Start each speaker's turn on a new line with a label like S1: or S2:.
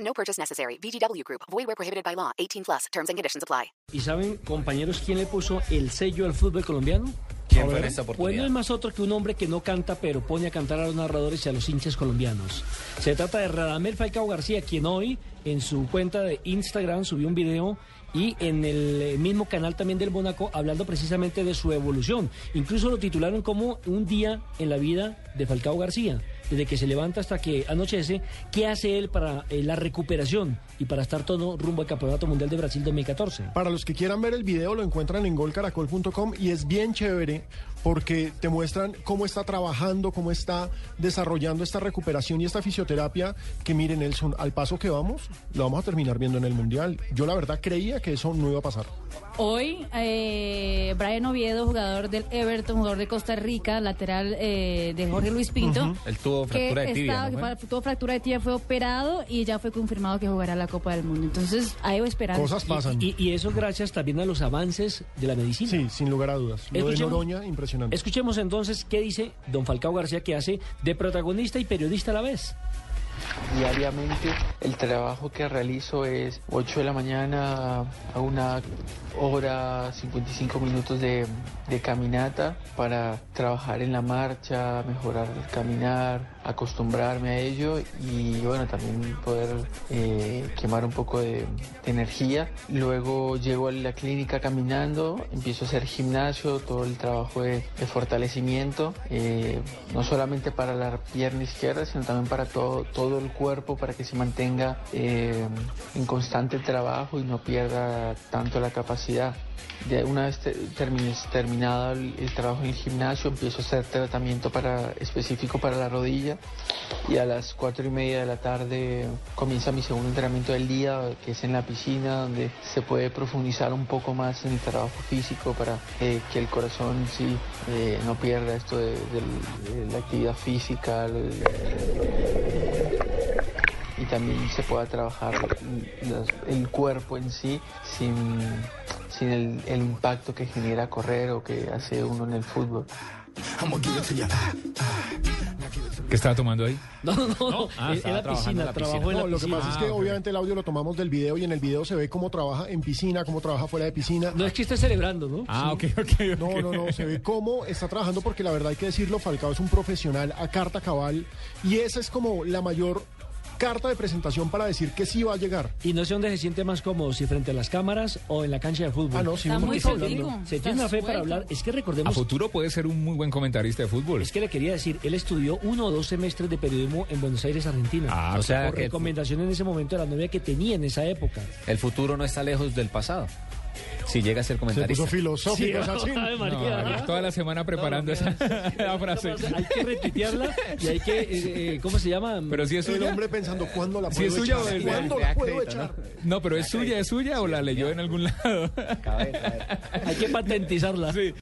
S1: No purchase necessary. VGW Group. Void where prohibited by law. 18 plus. Terms and conditions apply.
S2: ¿Y saben, compañeros, quién le puso el sello al fútbol colombiano?
S3: ¿Quién fue en esta
S2: Pues no
S3: oportunidad?
S2: es más otro que un hombre que no canta, pero pone a cantar a los narradores y a los hinchas colombianos. Se trata de Radamel Falcao García, quien hoy en su cuenta de Instagram subió un video y en el eh, mismo canal también del Mónaco hablando precisamente de su evolución. Incluso lo titularon como Un día en la vida de Falcao García. Desde que se levanta hasta que anochece, ¿qué hace él para eh, la recuperación y para estar todo rumbo al Campeonato Mundial de Brasil 2014?
S4: Para los que quieran ver el video, lo encuentran en golcaracol.com y es bien chévere porque te muestran cómo está trabajando, cómo está desarrollando esta recuperación y esta fisioterapia. Que miren, Nelson, al paso que vamos, lo vamos a terminar viendo en el Mundial. Yo la verdad creía que eso no iba a pasar.
S5: Hoy, eh, Brian Oviedo, jugador del Everton, jugador de Costa Rica, lateral eh, de Jorge Luis Pinto.
S3: Él tuvo fractura
S5: que
S3: de tibia,
S5: estaba-
S3: ¿no fue?
S5: que fa- tuvo fractura de tibia, fue operado y ya fue confirmado que jugará la Copa del Mundo. Entonces, ahí va esperando.
S4: Cosas pasan.
S2: Y, y eso gracias también a los avances de la medicina.
S4: Sí, sin lugar a dudas. Lo de
S2: Escuchemos-
S4: Noroña, impresionante.
S2: Escuchemos entonces qué dice don Falcao García que hace de protagonista y periodista a la vez.
S6: Diariamente el trabajo que realizo es 8 de la mañana a una hora 55 minutos de, de caminata para trabajar en la marcha, mejorar el caminar, acostumbrarme a ello y bueno, también poder eh, quemar un poco de, de energía. Luego llego a la clínica caminando, empiezo a hacer gimnasio, todo el trabajo de, de fortalecimiento, eh, no solamente para la pierna izquierda, sino también para todo, todo el cuerpo, para que se mantenga eh, en constante trabajo y no pierda tanto la capacidad. De una vez te- termine- terminado el, el trabajo en el gimnasio, empiezo a hacer tratamiento para, específico para la rodilla y a las cuatro y media de la tarde comienza mi segundo entrenamiento del día, que es en la piscina, donde se puede profundizar un poco más en el trabajo físico para eh, que el corazón sí eh, no pierda esto de, del- de la actividad física el- y también se pueda trabajar las- el cuerpo en sí sin, sin el, el impacto que genera correr o que hace uno en el fútbol.
S3: ¿Qué estaba tomando ahí?
S2: No, no, no.
S3: ah,
S2: en- en
S3: estaba
S2: la
S3: trabajando en
S2: piscina,
S3: la
S2: trabajó en la
S4: No, lo que
S2: piscina. Ah,
S4: pasa es que obviamente el audio lo tomamos del video y en el video se ve cómo trabaja en piscina, cómo trabaja fuera de piscina.
S2: No es que esté celebrando, ¿no?
S3: Ah, ok, ok. ok.
S4: No, no, no, se ve cómo está trabajando porque la verdad hay que decirlo, Falcao es un profesional a carta cabal y esa es como la mayor carta de presentación para decir que sí va a llegar.
S2: Y no sé dónde se siente más cómodo, si frente a las cámaras o en la cancha de fútbol.
S4: Ah, no, sí,
S5: Está
S4: uno
S5: muy
S4: está
S5: contigo.
S4: hablando.
S2: Se tiene
S5: Estás
S2: una fe para
S5: suelto.
S2: hablar. Es que
S3: A
S2: recordemos
S3: futuro puede ser un muy buen comentarista de fútbol.
S2: Es que le quería decir, él estudió uno o dos semestres de periodismo en Buenos Aires, Argentina.
S3: Ah, o sea
S2: por
S3: que-
S2: recomendación en ese momento de la novia que tenía en esa época.
S7: El futuro no está lejos del pasado. Si llega a ser
S4: Se puso
S7: comentarista.
S4: filosófico, Sachin.
S2: Ave
S3: No,
S2: María.
S3: ayer toda la semana preparando esa, esa frase.
S2: Hay que retuitearla y hay que, eh, eh, ¿cómo se llama?
S3: Pero si es
S4: El
S3: suya.
S4: hombre pensando, ¿cuándo la
S3: Si
S4: puedo
S3: es suya o
S4: echar?
S3: del-
S4: ¿Cuándo
S7: del-
S4: la
S7: del
S4: puedo
S7: crédito,
S4: echar?
S3: No, pero es suya, es suya o la leyó en algún lado.
S2: hay que patentizarla.
S3: Sí.